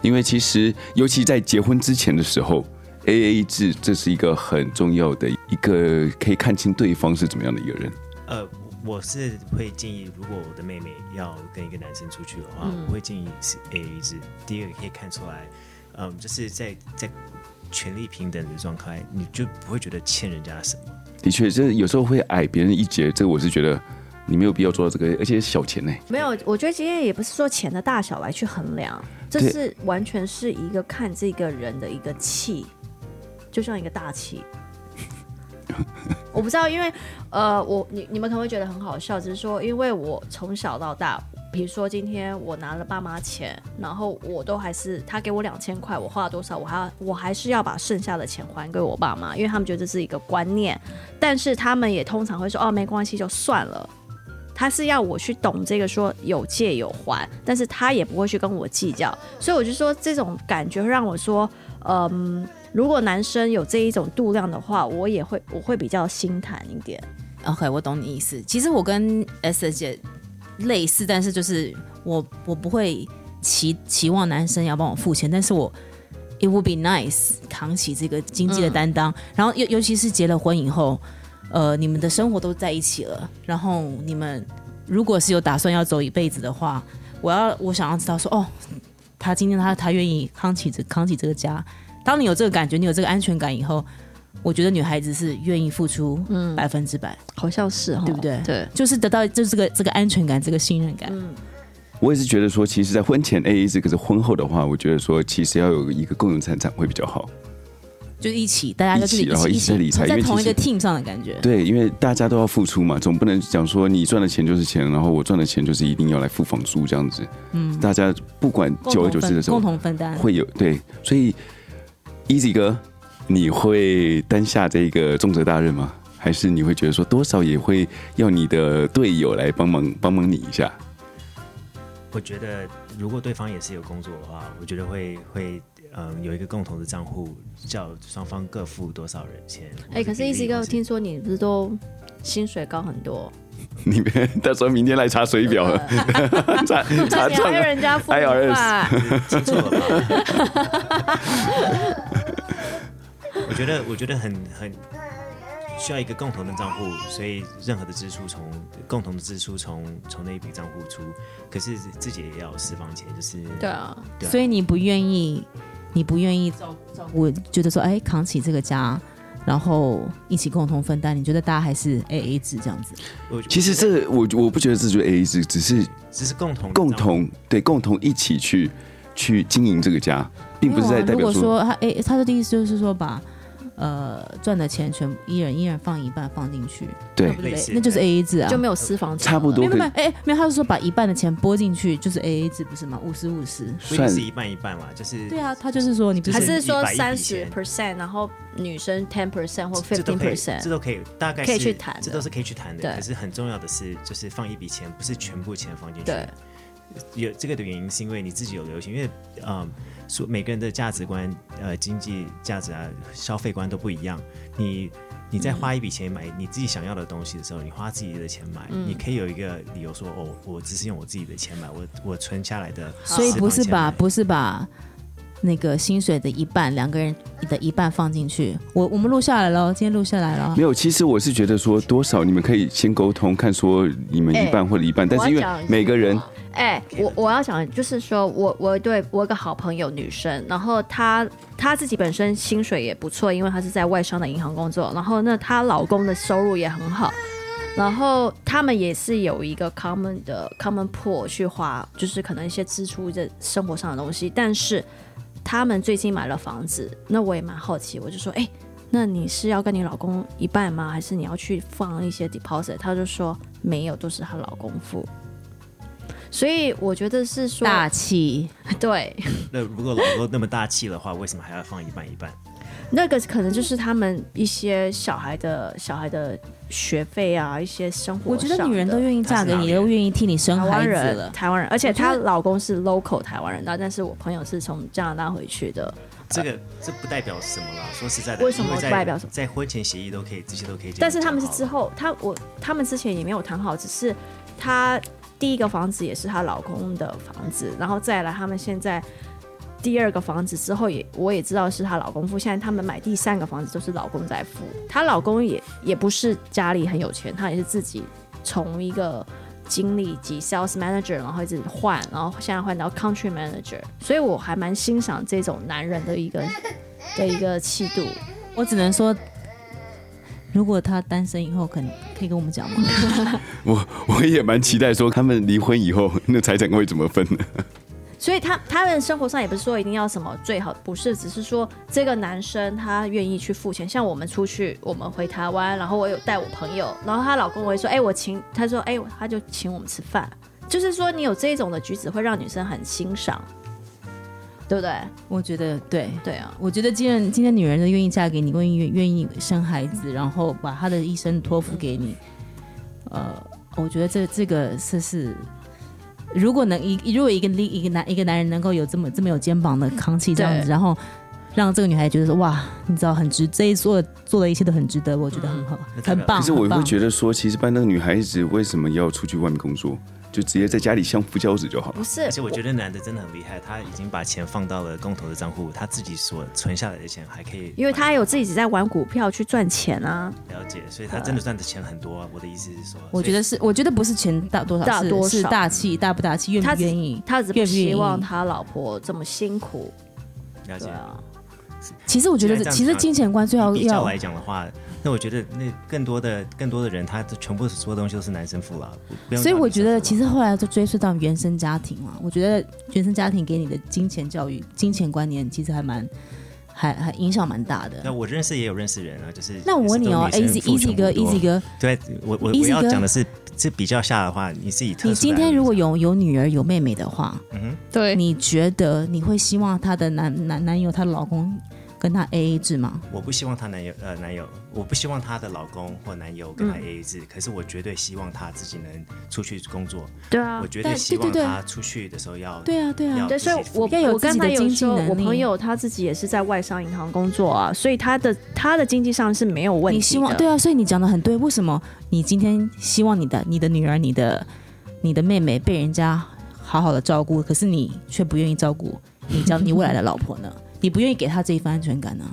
A: 因为其实尤其在结婚之前的时候，A A 制这是一个很重要的一个可以看清对方是怎么样的一个人。
B: 呃，我是会建议，如果我的妹妹要跟一个男生出去的话，
C: 嗯
B: 我会建议是 A A 制。第一个可以看出来，嗯，就是在在权力平等的状态，你就不会觉得欠人家什么。
A: 的确，这有时候会矮别人一截，这个我是觉得你没有必要做到这个，而且小钱呢、
D: 没有，我觉得今天也不是说钱的大小来去衡量，这
A: 对
D: 是完全是一个看这个人的一个气，就像一个大气。 (laughs) 我不知道，因为呃，我你你们可能会觉得很好笑，只是说，因为我从小到大，比如说今天我拿了爸妈钱，然后我都还是他给我两千块，我花了多少，我还要我还是要把剩下的钱还给我爸妈，因为他们觉得这是一个观念，但是他们也通常会说哦没关系就算了，他是要我去懂这个说有借有还，但是他也不会去跟我计较，所以我就说这种感觉会让我说，嗯，如果男生有这一种度量的话，我也会我会比较心坦一点。
C: OK，我懂你意思。其实我跟 S 姐类似，但是就是我我不会期期望男生要帮我付钱，但是我 it would be nice 扛起这个经济的担当。然后尤尤其是结了婚以后，呃，你们的生活都在一起了，然后你们如果是有打算要走一辈子的话，我要我想要知道说，哦，他今天他他愿意扛起这扛起这个家。当你有这个感觉，你有这个安全感以后，我觉得女孩子是愿意付出百分之百。
D: 好像是哈，
C: 对不对
D: 对，
C: 就是得到就是这个这个安全感，这个信任感。
A: 我也是觉得说，其实，在婚前 A A 制，可是婚后的话，我觉得说，其实要有一个共有财产会比较好。
C: 就是一起，大家就是
A: 一起然后
C: 一
A: 一起在理财因
C: 在
A: 为
C: 同一
A: 其
C: 个
A: 实
C: team 上的感觉。
A: 对，因为大家都要付出嘛，总不能讲说你赚的钱就是钱，然后我赚的钱就是一定要来付房租这样子。嗯，大家不管
C: 共
A: 久而
C: 同
A: 久之
C: 分
A: 的时候
C: 共，同分担。
A: 会有对，所以 Easy 哥，你会担下这个重责大任吗？还是你会觉得说多少也会要你的队友来帮忙帮忙你一下？ (laughs)
B: 我觉得如果对方也是有工作的话，我觉得会会嗯有一个共同的账户，叫双方各付多少人钱。
D: 哎、可是
B: 一
D: 一直
B: 直
D: 哥，我听说你不是都薪水高很多，
A: 你们到时候明天来查水表 (laughs)
C: (laughs)
A: 了，查查
D: 那你
A: 账
B: 啊
D: 还要
A: 了。
D: 人家付吧
A: IRS？
B: 记错了吧？ (laughs) 我觉得，我觉得很很需要一个共同的账户，所以任何的支出从共同的支出从从那一笔账户出，可是自己也要私房钱，就是
D: 对啊，
B: 对啊
C: 所以你不愿意，你不愿意照照顾，觉得说，哎，扛起这个家，然后一起共同分担。你觉得大家还是 A A 制这样子？
B: 我
A: 其实这我我不觉得这就是 A A 制，只是
B: 只是共同的
A: 共
B: 账户
A: 同对共同一起去去经营这个家，并不是在
C: 没有啊
A: 代
C: 如
A: 表
C: 果
A: 说
C: 说他 A，他的意思就是说把。呃，赚的钱全部一人一人放一半放进去，那
A: 对
C: 不是
B: 类似
C: A- 那就是 A A 制啊，
D: 就没有私房钱了，
A: 差不多
C: 没有
A: 可
C: 没
A: 以
C: 有，哎、没有，他是说把一半的钱拨进去，就是 A A 制，不是吗？五十五十。
B: 不一定
A: 算
B: 是一半一半嘛，就是
C: 对啊，他就是说你不
D: 还
C: 是
D: 是
B: 一
D: 说
B: 百一
D: 三
B: 笔
D: 十
B: 钱
D: percent，然后女生 ten percent 或
B: 这
D: fifteen
B: 都可以，这
D: percent，
B: 都可以，大概
D: 可以
B: 是
D: 去谈的
B: 这都是可以去谈的。
D: 对
B: 可是很重要的是，就是放一笔钱，不是全部钱放进去。
D: 对，
B: 有这个的原因是因为你自己有流行，因为嗯，说每个人的价值观、呃经济价值啊、消费观都不一样。你你在花一笔钱买你自己想要的东西的时候，你花自己的钱买，
D: 嗯
B: 你可以有一个理由说，哦，我只是用我自己的钱买，我我存下来的私房钱买，
C: 啊所以不是把不是把那个薪水的一半，两个人的一半放进去。我我们录下来了，今天录下来了
A: 没。有。其实我是觉得说多少你们可以先沟通，看说你们一半或者一半，但是因
D: 我要讲
A: 为
D: 一下
A: 每个人
D: 哎、我我要讲，就是说我我对我有个好朋友女生，然后她她自己本身薪水也不错，因为她是在外商的银行工作，然后那她老公的收入也很好，然后他们也是有一个 common 的 common pool 去花，就是可能一些支出在生活上的东西，但是他们最近买了房子，那我也蛮好奇，我就说，哎、那你是要跟你老公一半吗？还是你要去放一些 deposit？她就说没有，都是她老公付。所以我觉得是说，
C: 大气，
D: (laughs) 对，
B: 那如果老公那么大气的话，为什么还要放一半一半？
D: 那个可能就是他们一些小孩的小孩的学费啊，一些生活
C: 我
D: 上的。
C: 觉得女人都愿意嫁
B: 她
C: 给
B: 是哪里
C: 你，
B: 人
C: 都愿意替你生
D: 台
C: 孩
D: 湾
C: 子
D: 人，
C: 了。
D: 台湾人，而且
C: 我觉
D: 她
C: 得
D: 老公是 local 台湾人，但但是我朋友是从加拿大回去的，
B: 这个这不代表什么啦，说实在的，
D: 为什么
B: 因在
D: 不代表什么
B: 在婚前协议都可以，这些都可以讲。
D: 但是他们是
B: 讲好
D: 之后，他我他们之前也没有谈好，只是她第一个房子也是她老公的房子，然后再来他们现在第二个房子之后也我也知道是她老公付，现在他们买第三个房子都是老公在付，她老公也也不是家里很有钱，他也是自己从一个。经理级 sales manager，然后一直换，然后现在换到 country manager，所以我还蛮欣赏这种男人的一个的一个气度。
C: 我只能说，如果他单身以后，肯可以跟我们讲吗？ (laughs)
A: 我我也蛮期待说他们离婚以后 (laughs) 那财产会怎么分呢？
D: 所以他他们生活上也不是说一定要什么最好，不是，只是说这个男生他愿意去付钱。像我们出去，我们回台湾，然后我有带我朋友，然后她老公我会说，哎、我请，他说，哎、他就请我们吃饭。就是说，你有这种的举止会让女生很欣赏，对不对？
C: 我觉得对。
D: 对啊，
C: 我觉得今天今天女人都愿意嫁给你，愿意愿意生孩子，然后把她的一生托付给你，呃，我觉得这这个是是，如果能一如果一个另一个男一个男人能够有这么这么有肩膀的扛起这样子，
D: 对
C: 然后让这个女孩觉得说哇，你知道很值，这一做做的一切都很值得，我觉得很好，很棒。
A: 可是我
C: 很棒
A: 会觉得说，其实班那个女孩子为什么要出去外面工作，就直接在家里相夫教子就好了
D: 不。是
B: 而且我觉得男的真的很厉害，他已经把钱放到了共同的账户，他自己所存下来的钱还可以，
D: 因为他有自己在玩股票去赚钱啊，
B: 了解，所以他真的赚的钱很多啊。我的意思是说，
C: 我觉得是，我觉得不是钱大多少，
D: 大
C: 是
D: 多
C: 是
D: 少
C: 大气大不大气，愿
D: 他
C: 不
D: 只
C: 愿意。
D: 他只
C: 愿
D: 不
C: 不愿意
D: 希望他老婆这么辛苦，
B: 所以了解
D: 对。啊，
C: 其实我觉
B: 既然这
C: 得，
B: 样
C: 其实
B: 讲
C: 金钱观最要
B: 比较
C: 啊要
B: 来讲的话，那我觉得那更多的更多的人，他全部所有东西都是男生付了，不用
C: 所以
B: 讲
C: 我
B: 女
C: 觉
B: 生
C: 得，
B: 付
C: 其
B: 了
C: 实后来就追溯到原生家庭嘛，我觉得原生家庭给你的金钱教育、金钱观念，其实还蛮还还影响蛮大
B: 那
C: 的。
B: 我认识也有认识人啊，就是
C: 那我问你哦
B: 也是
C: ，Easy
B: 都女生
C: Easy 哥
B: 付全部
C: ，Easy
B: 多
C: 哥，
B: 对我我我
C: Easy
B: 要
C: 哥
B: 讲的是，这比较下的话，你是嗯以特殊
C: 你
B: 来
C: 今
B: 比
C: 天
B: 较
C: 如果有有女儿有妹妹的话，
E: 对，
C: 你觉得你会希望她的男男男友、她的老公跟她 A A 制吗？
B: 我不希望她男友呃男友，我不希望她的老公或男友跟她 AA 制，可是我绝对希望她自己能出去工作，
D: 对啊
B: 我绝
C: 但
B: 对希望
C: 对对对
B: 她出去的时候要
C: 对啊，对啊
B: 要，
D: 对，所以
B: 自己付
D: 我
C: 要有
D: 我
C: 自
D: 跟
C: 己
D: 他
C: 的
D: 有
C: 经济
D: 说，
C: 能
D: 我
C: 力
D: 朋友他自己也是在外商银行工作啊，所以他的他的经济上是没有问题的。
C: 你希望对啊，所以你讲的很对。为什么你今天希望你的你的女儿、你的你的妹妹被人家好好的照顾，可是你却不愿意照顾你将你未来的老婆呢？你不愿意给她这一份安全感呢、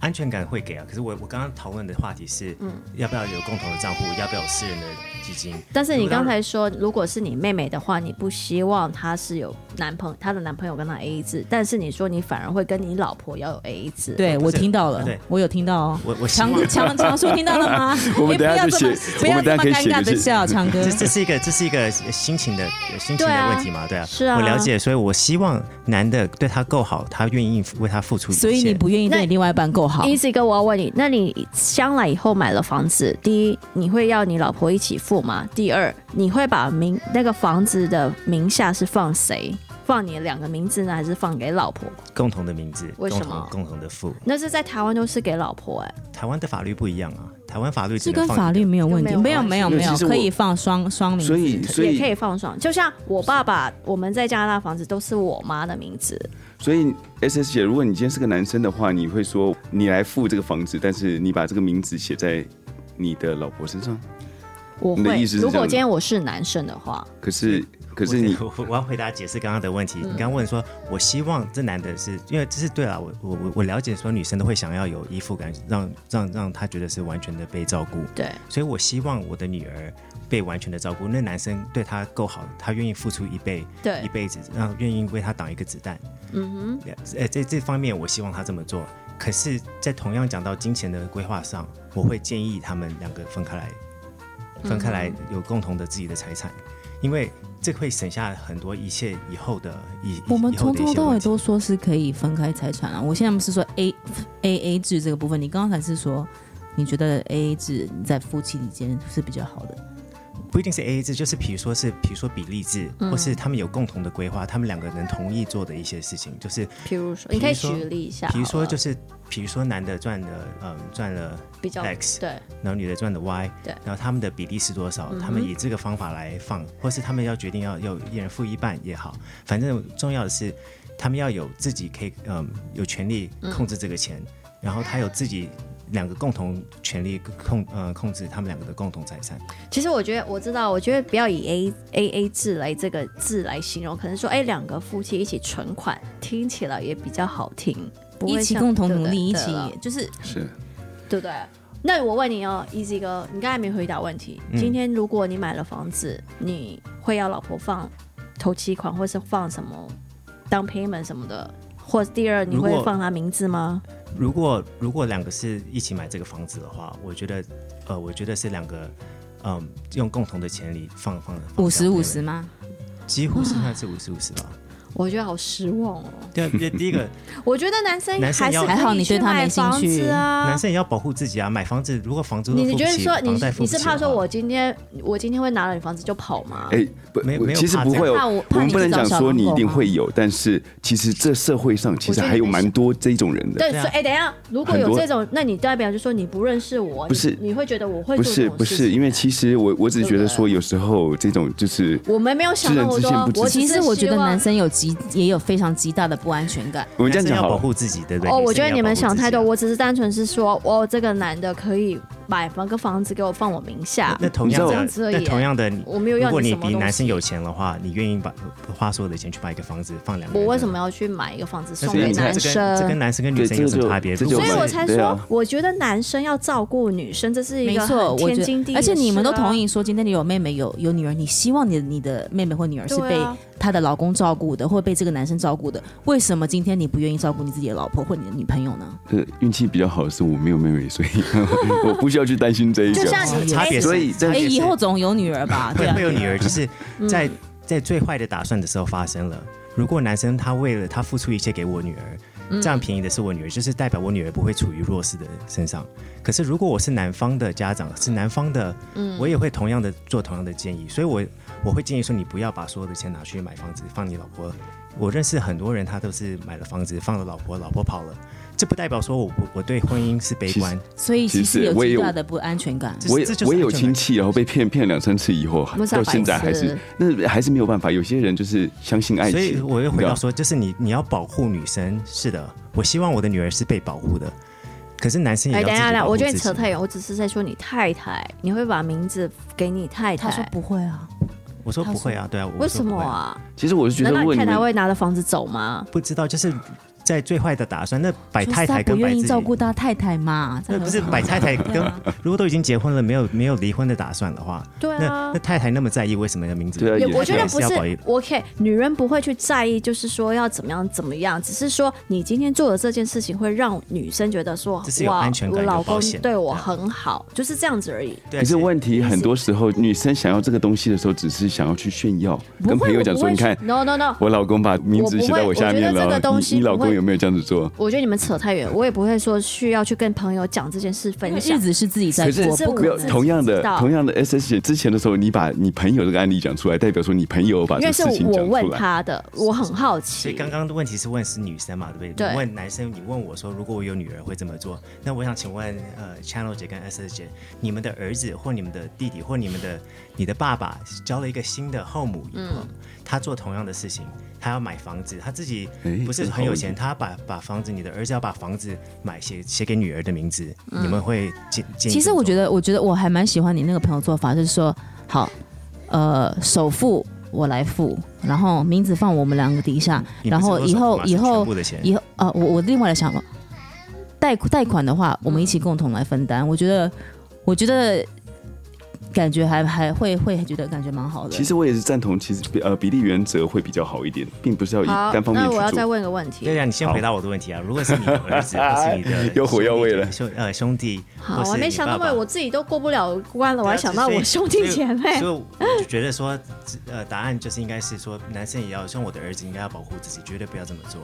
B: 安全感会给啊。可是我我刚刚讨论的话题是，要不要有共同的账户，要不要有私人的基金？
D: 但是你
B: 如果她
D: 刚才说，如果是你妹妹的话，你不希望她是有男朋她的男朋友跟她 A A 制，但是你说你反而会跟你老婆要有 A A 制，
C: 对我
B: 是
C: 听到了
B: 对，
C: 我有听到哦。
B: 我我希
C: 强
B: 望
C: 强强叔听到了吗？
A: 我们
C: 哎不
A: 等下
C: 要
A: 就
C: 这么
A: 写
C: 不
A: 我
C: 要
A: 们
C: 这
A: 等下
C: 么
A: 可以
C: 尴
A: 写
C: 尬
A: 就
C: 的
A: 是
C: 笑，强哥
B: 这。这是一个这是一个心情的心情
D: 对
B: 的
D: 啊
B: 问题嘛？对啊，
D: 是啊
B: 我了解，所以我希望男的对她够好，他愿意为她付出一切。
C: 所以你不愿意对你另外一半够好，
D: Easy 哥，我要问你，那你将来以后买了房子，第一，你会要你老婆一起付吗？第二，你会把名那个房子的名下是放谁？放你两个名字呢，还是放给老婆？
B: 共同的名字，
D: 为
B: 共
D: 什么
B: 同共同的付，
D: 那是在台湾都是给老婆哎、
B: 台湾的法律不一样啊，台湾法律只
C: 这
B: 能
C: 跟
B: 放
C: 法
B: 一
C: 律
B: 个
C: 没有问题。
D: 就没
C: 没
D: 有
C: 有
D: 关系
C: 没有没有
A: 其，实我
C: 可以放双双名字。
A: 所以，所
D: 也可以
A: 以，
D: 放爽。就像我爸爸，我们在加拿大房子都是我妈的名字，
A: 所以，S S 姐，如果你今天是个男生的话，你会说你来付这个房子，但是你把这个名字写在你的老婆身上。
D: 我
A: 你的
D: 会
A: 意思。是这
D: 如
A: 样
D: 果今天我是男生的话，
A: 可是，可是你，
B: 我我 (laughs) 我要回答解释刚刚的问题。你刚刚问说，我希望这男的是因为这是对了，我我我我了解说女生都会想要有依附感，让让让她觉得是完全的被照顾，
D: 对，
B: 所以我希望我的女儿被完全的照顾。那男生对她够好，他愿意付出一倍，
D: 对
B: 一辈子，然后愿意为她挡一个子弹。嗯哼，呃，在这方面我希望他这么做。可是，在同样讲到金钱的规划上，我会建议他们两个分开来，分开来有共同的自己的财产，因为这会省下很多一切以后的以以
C: 我们
B: 以后
C: 从
B: 的一
C: 头
B: 些
C: 到
B: 问
C: 尾
B: 题。
C: 都说是可以分开财产啊。我现在不是说 A A A 制这个部分，你刚刚才是说你觉得 A A 制在夫妻之间是比较好的，
B: 不一定是 A A 制，就是比如说是比如说比例制，
C: 嗯
B: 或是他们有共同的规划，他们两个人同意做的一些事情，就是
D: 譬如说，
B: 比
D: 你
B: 如
D: 可以
B: 说
D: 举例一
C: 啊
D: 下好了，
B: 比如说就是比如说男的赚了嗯赚了
D: 比较
B: X
D: 对，
B: 然后女的赚的 Y，
D: 对
B: 然后他们的比例是多
F: 嗯
B: 少？他们以这个方法来放，或是他们要决定要要一人付一半也好，反正重要的是，他们要有自己可以嗯有权利控制这个钱，
F: 嗯
B: 然后他有自己两个共同权利控呃控制他们两个的共同财产。
D: 其实我觉得我知道，我觉得不要以 A A A 制来这个字来形容，可能说哎两个夫妻一起存款，听起来也比较好听，不会
F: 一起
D: 像
F: 共同
D: 对
F: 努
D: 不对
F: 力，一
D: 对
F: 起
D: 了
F: 就是
A: 是
B: 啊
D: 对不对？那我问你哦，Easy 哥，你刚才没回答问题。
B: 嗯
D: 今天如果你买了房子，你会要老婆放头期款，或是放什么当 payment 什么的，或第二你
B: 如果
D: 会放她名字吗？
B: 如果如果两个是一起买这个房子的话，我觉得呃我觉得是两个嗯用共同的钱里放放
F: 五十五十，吗？
B: 放几乎是算是五十五
F: (laughs)
B: 十吧。
D: 我觉得好失望哦。
B: 对啊，因为第一个
D: 我觉得男生还
B: 男
D: 是
B: 生要
D: 可以
F: 还好你
D: 去
F: 对他
D: 买
F: 没兴
D: 房
F: 趣
D: 子啊。
B: 男生也要保护自己啊，买房子如果房租都
D: 你
B: 付
D: 你
B: 不
D: 觉得
B: 起，
D: 说你
B: 房贷付
D: 你
B: 不起
D: 是
B: 的
D: 怕说
B: 话
D: 我今天我今天会拿了你房子就跑吗？
A: 哎、不，
B: 没
A: 我
B: 没有
A: 其实
B: 怕
A: 不
B: 这
A: 会
B: 样
A: 有
F: 怕我，
A: 我们
F: 怕
A: 不
F: 你去
A: 能讲
F: 找
A: 说
F: 小
A: 你一
F: 狼
A: 定
F: 狗吗
A: 会有，但是其实这社会上其
D: 我
A: 实
D: 觉得
A: 还有
D: 没
A: 蛮
D: 事
A: 多这种人的，
D: 对，
B: 对啊
D: 所以哎，等一下，如果
A: 很
D: 有
A: 多
D: 这种，那你代表就说你不认识我，
A: 不是
D: 你你会觉得我会
A: 不
D: 做这
A: 是
D: 种
A: 不
D: 事
A: 是，
D: 情
A: 因为其实我我只是觉得说有时候这种就是
D: 我们没有想那么
A: 知人知面不知
D: 多，我只
F: 其
D: 是
F: 实我觉得
D: 希望
F: 男生有极也有非常极大的不安全感。
A: 我们这样
B: 男生
A: 讲
B: 要保
A: 好了，
B: 护自己，对不对？
D: 哦，
B: 女
D: 我
B: 生
D: 觉
B: 也
D: 得
B: 要
D: 你
B: 保
D: 们
B: 护
D: 想
B: 自己
D: 太多，
B: 啊
D: 我只是单纯是说，哦，这个男的可以买房个房子给我放我名下，
B: 那同样
A: 你知道
B: 的
D: 我这，样
B: 那
D: 子而已
B: 同样的，
D: 我没有
B: 如
D: 要
B: 果
D: 你
B: 你
D: 什么
B: 比
D: 东
B: 男生
D: 西。
B: 有钱的话，你愿意把花所有的钱去买一个房子，放两个人
D: 我
B: 呢。
D: 为什么要去买一个房子送
B: 所以
D: 给
B: 你看
D: 男
B: 这跟这跟
D: 生？
B: 男生跟女
A: 对
B: 生
A: 这
B: 有
A: 个
B: 什么
A: 就
B: 差别？
A: 这
B: 如
A: 就
B: 果
D: 所以
A: 蛮
D: 我才
A: 对
D: 说
A: 啊，
D: 我觉得男生要照顾女生，这是一
F: 没
D: 个
F: 错，
D: 很
F: 我
D: 天
F: 觉
D: 经
F: 得，
D: 地义的
F: 而
D: 事啊。
F: 且你们都同意说，今天你有妹妹有有女儿，你希望你的你的妹妹或女儿是
D: 对
F: 被
D: 啊
F: 她的老公照顾的，或被这个男生照顾的，为什么今天你不愿意照顾你自己的老婆或你的女朋友呢？
A: 呃，运气比较好的是我没有妹妹，所以 (laughs) 我不需要去担心这一
D: 就
A: 个。
D: 像你
B: 差别是
A: 所以这
F: 哎，
A: 也
F: 以后总有女儿
B: (laughs)
F: 吧？对
B: 会
F: 啊，嗯
B: 会有女儿，就是在在最坏的打算的时候发生了。如果男生他为了他付出一切给我女
F: 嗯
B: 儿，这样便宜的是我女儿，就是代表我女儿不会处于弱势的身上。可是如果我是男方的家长，是男方的，
F: 嗯
B: 我也会同样的做同样的建议，所以我我会建议说，你不要把所有的钱拿去买房子，放你老婆。我认识很多人，他都是买了房子，放了老婆，老婆跑了。这不代表说我不我对婚姻是悲观，
F: 所以其
A: 其
F: 实
A: 实
F: 有
A: 我也
F: 极
A: 有
F: 大的不安全感。
B: 这
A: 我也
B: 这就是
A: 我也有
B: 安全
A: 亲
B: 感
A: 戚，然后被骗骗两三次以后
D: 们，是
A: 到
D: 白
A: 现在还是
D: 痴
A: 那还是没有办法。有些人就是相信爱情，
B: 所以我又
A: 哎你
B: 回
A: 知
B: 到
A: 道
B: 说，就是你你要保护女生，是的，我希望我的女儿是被保护的，可是男生也
D: 哎，
B: 要
D: 等
B: 自
D: 一
B: 己
D: 下，等一下
B: 保护
D: 我觉
B: 自己
D: 得你扯太远，我只是在说你太太，你会把名字给你太
F: 他说
D: 太，
F: 不会啊，
B: 我说不会啊，对啊，我
D: 为
B: 说
D: 什
B: 不
D: 么
B: 会？
D: 啊？
A: 其实我是觉
D: 难
A: 得，
D: 道
A: 如果
D: 你
A: 你
D: 太太
A: 们
D: 会拿着房子走吗？
B: 不知道，就是在最坏的打算，那摆
F: 就是
B: 太
F: 他
B: 太
F: 不
B: 跟摆
F: 愿
B: 自
F: 意
B: 己，
F: 照顾他太太嘛，这
B: 那
F: 样
B: 不是
F: 很
B: 摆太
D: (laughs)
B: 太
F: 对
B: 跟
F: 啊
B: 如果都已经结婚了，没有没有离婚的打算的话，
D: 对
B: 那
D: 啊
B: 那。太太那么在意，为什么要名字？
A: 对啊
D: 也
A: 也
D: 我觉得
B: 是
D: 不
B: 要
D: 是
B: 保育
D: OK，女人不会去在意，就是说要怎么样怎么样，只是说你今天做的这件事情会让女生觉得说
B: 这是，有
D: 哇
B: 安全，感
D: 我老
B: 有保
D: 公
B: 险
D: 对我
B: 对啊
D: 很好，就是这样子而已。
B: 对
A: 可是问题，
D: 思
A: 很多时候女生想要这个东西的时候，只是想要去炫耀，
D: 不
A: 跟
D: 会
A: 朋友讲
D: 我
A: 说：“
D: 不
A: 你
D: 会
A: 看，
D: ，no no no，
A: 我老公把名字
D: 我不
A: 写在
D: 会
A: 下
D: 我觉得
A: 面
D: 这个
A: 了。
D: 东
A: 你
D: 西
A: 你老
D: 不会
A: 公有没有这样子做？
D: 我觉得你们扯太远，我也不会说需要去跟朋友讲这件事
F: 因
D: 分
F: 为
D: 享
F: 日。子是自己在
A: 可是
F: 过，
D: 这
F: 不可
A: 没有
D: 自己
F: 能。
A: 同样的
D: 知道
A: 同样的 S S 之前的时候，你把你朋友这个案例讲出来，代表说你朋友把
D: 因
A: 这
D: 为
A: 个
D: 是
A: 事情
D: 我
A: 讲
D: 问
A: 出来。
D: 他的，我很好
B: 所
D: 奇
B: 以。刚刚的问题是问是女生嘛，对不对？
D: 对
B: 你问男生，你问我说，如果我有女儿会这么做，那我想请问，呃，Channel 姐跟 S 姐，你们的儿子或你们的弟弟或你们的你的爸爸交了一个新的后母以
F: 嗯
B: 后，他做同样的事情，他要买房子，他自己
A: 哎
F: 嗯
B: 不是
A: 这个
B: 很
A: 好
B: 有
A: 问
B: 钱，
A: 题
B: 他把把房子，你的儿子要把房子买写写给女儿的名字，你们会建建
F: 嗯
B: 议？
F: 其实我觉
B: 得，
F: 得，我觉得我还蛮喜欢你那个朋友做法，就是说，好，呃，首付我来付，然后名字放我们两个底下，
B: 你不
F: 然
B: 是
F: 后
B: 说
F: 以
B: 什么
F: 后
B: 嘛
F: 以
B: 是全
F: 后
B: 部的钱
F: 以后啊，我我另外的想法，贷贷款的话，我们一起共同来分担。我觉得，我觉得感觉还还会会觉得感觉蛮好的。
A: 其实我也是赞同，其实比呃比例原则会比较好一点，并不是要以
D: 好
A: 单，方面
D: 那
A: 去
D: 我要再
A: 做。
D: 问个问
B: 对
D: 题。
B: 呀、你先回答我的问题啊！如果是你的
A: (laughs)
B: 儿子，或是你的
A: 又火药味
B: 兄弟
A: 了
B: 兄呃兄弟，
D: 好，
B: 或是
D: 我还没
B: 你
D: 想
B: 爸
D: 到
B: 爸
D: 位，我自己都过不了关了，我
B: 对啊
D: 还想到我兄弟姐
B: 所
D: 妹。
B: 以所以我就觉得说，呃，答案就是应该是说，男生也要像我的儿子，应该要保护自己，绝对不要这么做。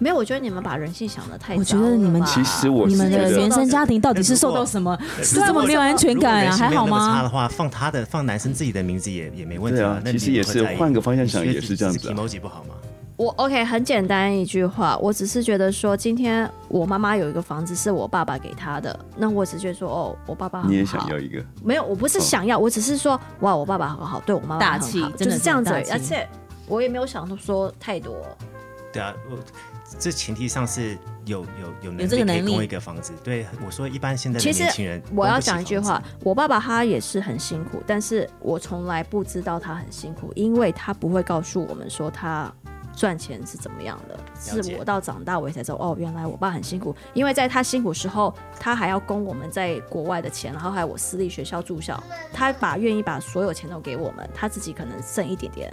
D: 没有，我觉得你们把人性想的太
F: 我觉得你们
D: 糟了吧
A: 其实我
F: 你
A: 是
F: 们
A: 觉
F: 的
A: 得
F: 原生家庭到底是受到什么？是这么没有安全感啊？
B: 如果人性
F: 还
B: 没有
F: 好
B: 那么差
F: 吗
B: 的？话，放他的放男生自己的名字也也没问题
A: 对
B: 啊
A: 啊。
B: 那
A: 其实也是换个方向想也是这样子啊
B: e m o j 不好吗？
D: 我 OK，很简单一句话，我只是觉得说，今天我妈妈有一个房子是我爸爸给她的，那我只是觉得说，哦，我爸爸很好
A: 你也想要一个？
D: 没有，我不是想要，我只是说，哇，我爸爸很好，对我妈妈很
F: 大
D: 好
F: 气
D: 就是这样子而已，
F: 真的是很
D: 而
F: 大气
D: 且我也没有想说太多，
B: 对啊，我这前提上是有有有能
C: 有这
B: 力可
C: 个能
B: 以
C: 力
B: 供一个房子。对，我说一般现在的
D: 其实
B: 年轻人，
D: 我要讲一句话，，我爸爸他也是很辛苦，但是我从来不知道他很辛苦，因为他不会告诉我们说他赚钱是怎么样的。
B: 了
D: 是
B: 解
D: 我到长大我才知道，哦，原来我爸很辛苦，因为在他辛苦时候，他还要供我们在国外的钱，然后还有我私立学校住校，他把愿意把所有钱都给我们，他自己可能剩一点点。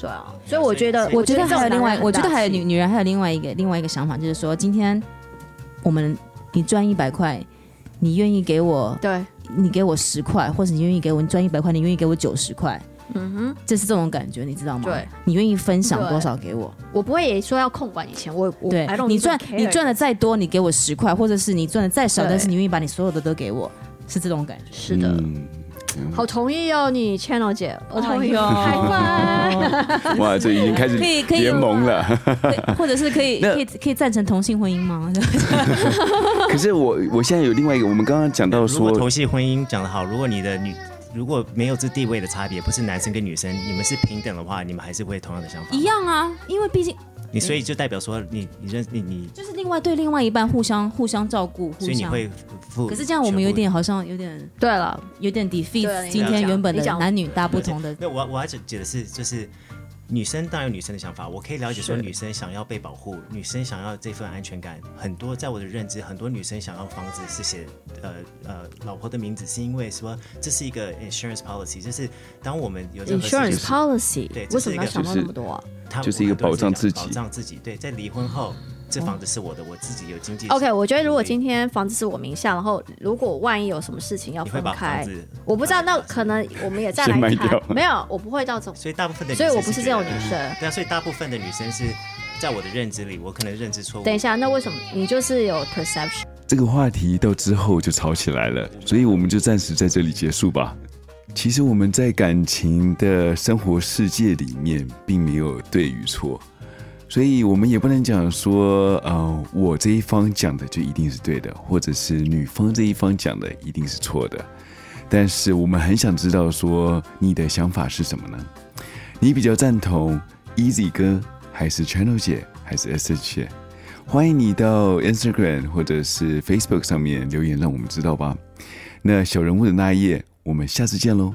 D: 对啊，所以我觉得，
B: 我
C: 我觉得
D: 这种
C: 还有另
D: 男
C: 外，
D: 人
C: 我觉得
D: 很大
C: 还有
D: 气
C: 女女人还有另外一个另外一个想法，就是说，今天我们你赚一百块，你愿意给我，
D: 对，
C: 你给我十块，或者你愿意给我，你赚一百块，你愿意给我九十块，
D: 嗯哼。
C: 这是这种感觉，你知道吗？
D: 对，
C: 你愿意分享多少给我？
D: 我不会也说要控管以前，我我
C: 对
D: I don't，
C: 你
D: even
C: 赚
D: care
C: 你赚的再多，你给我十块，或者是你赚的再少，
D: 对
C: 但是你愿意把你所有的都给我，是这种感觉。
D: 是的，
A: 嗯，
D: 好同意哦，你 Channel 姐，我同
C: 哎
D: 意，
C: 呦
D: 开关。
A: 哇，这已经开始
C: 可以可以
A: 联盟了。
C: 对或者是可
A: 啊
C: 以
A: 那
C: 可以可以赞成同性婚姻吗？
D: 啊
A: (laughs) 可是我我现在有另外一个，我们刚刚讲到
B: 如果
A: 说，
B: 同性婚姻讲得好，如果你的女如果没有这地位的差别，不是男生跟女生，你们是平等的话，你们还是会有同样的想法吗
C: 一。样啊，因为毕竟
B: 你所以就代表说你你认你你，
C: 就是另外对另外一半互相互相照顾，互
B: 所以你
C: 相。
B: 会付。
C: 可是这样我们有点好像有点
D: (laughs) 对了，
C: 有点 defeat
D: 对啊你
C: 今天
D: 讲
C: 原本的
D: 你讲
C: 男女大不同的
B: 那我我要解解的是，就是女生当然有女生的想法，我可以了解说女生想要被保护，女生想要这份安全感。很多在我的认知，很多女生想要房子是写呃呃老婆的名字，是因为说这是一个 insurance policy，就是当我们有任何事
D: insurance
B: 情
D: policy，
B: 对这是
D: 为什
B: 一
D: 么
B: 个
D: 要想到
A: 就是
D: 那么多啊
B: 他们
A: 就是一个
B: 很多
A: 保
B: 人
A: 障
B: 讲
A: 自己
B: 保障自己。对，在离婚后，这房子是我的，我自己有经济。
D: 嗯？OK，我觉得如果今天房子是我名下，然后如果万一有什么事情要
B: 你会
D: 分
B: 把房
D: 开，
B: 子，
D: 我不知道，那可能我们也再来
A: 先卖
D: 看
A: 掉。
D: 没有，我不会到这种，
B: 所以大部分的，
D: 所以我不是这种女。生。
B: 对啊，所以大部分的女生是在我的认知里，我可能认知错误。
D: 等一下，那为什么你就是有 perception？
A: 这个话题到之后就吵起来了，所以我们就暂时在这里结束吧。其实我们在感情的生活世界里面，并没有对与错，所以我们也不能讲说，呃，我这一方讲的就一定是对的，或者是女方这一方讲的一定是错的。但是我们很想知道说你的想法是什么呢？你比较赞同 Easy 哥，还是 Channel 姐，还是 S H 姐？欢迎你到 Instagram 或者是 Facebook 上面留言，让我们知道吧。那小人物的那一页，我们下次见喽，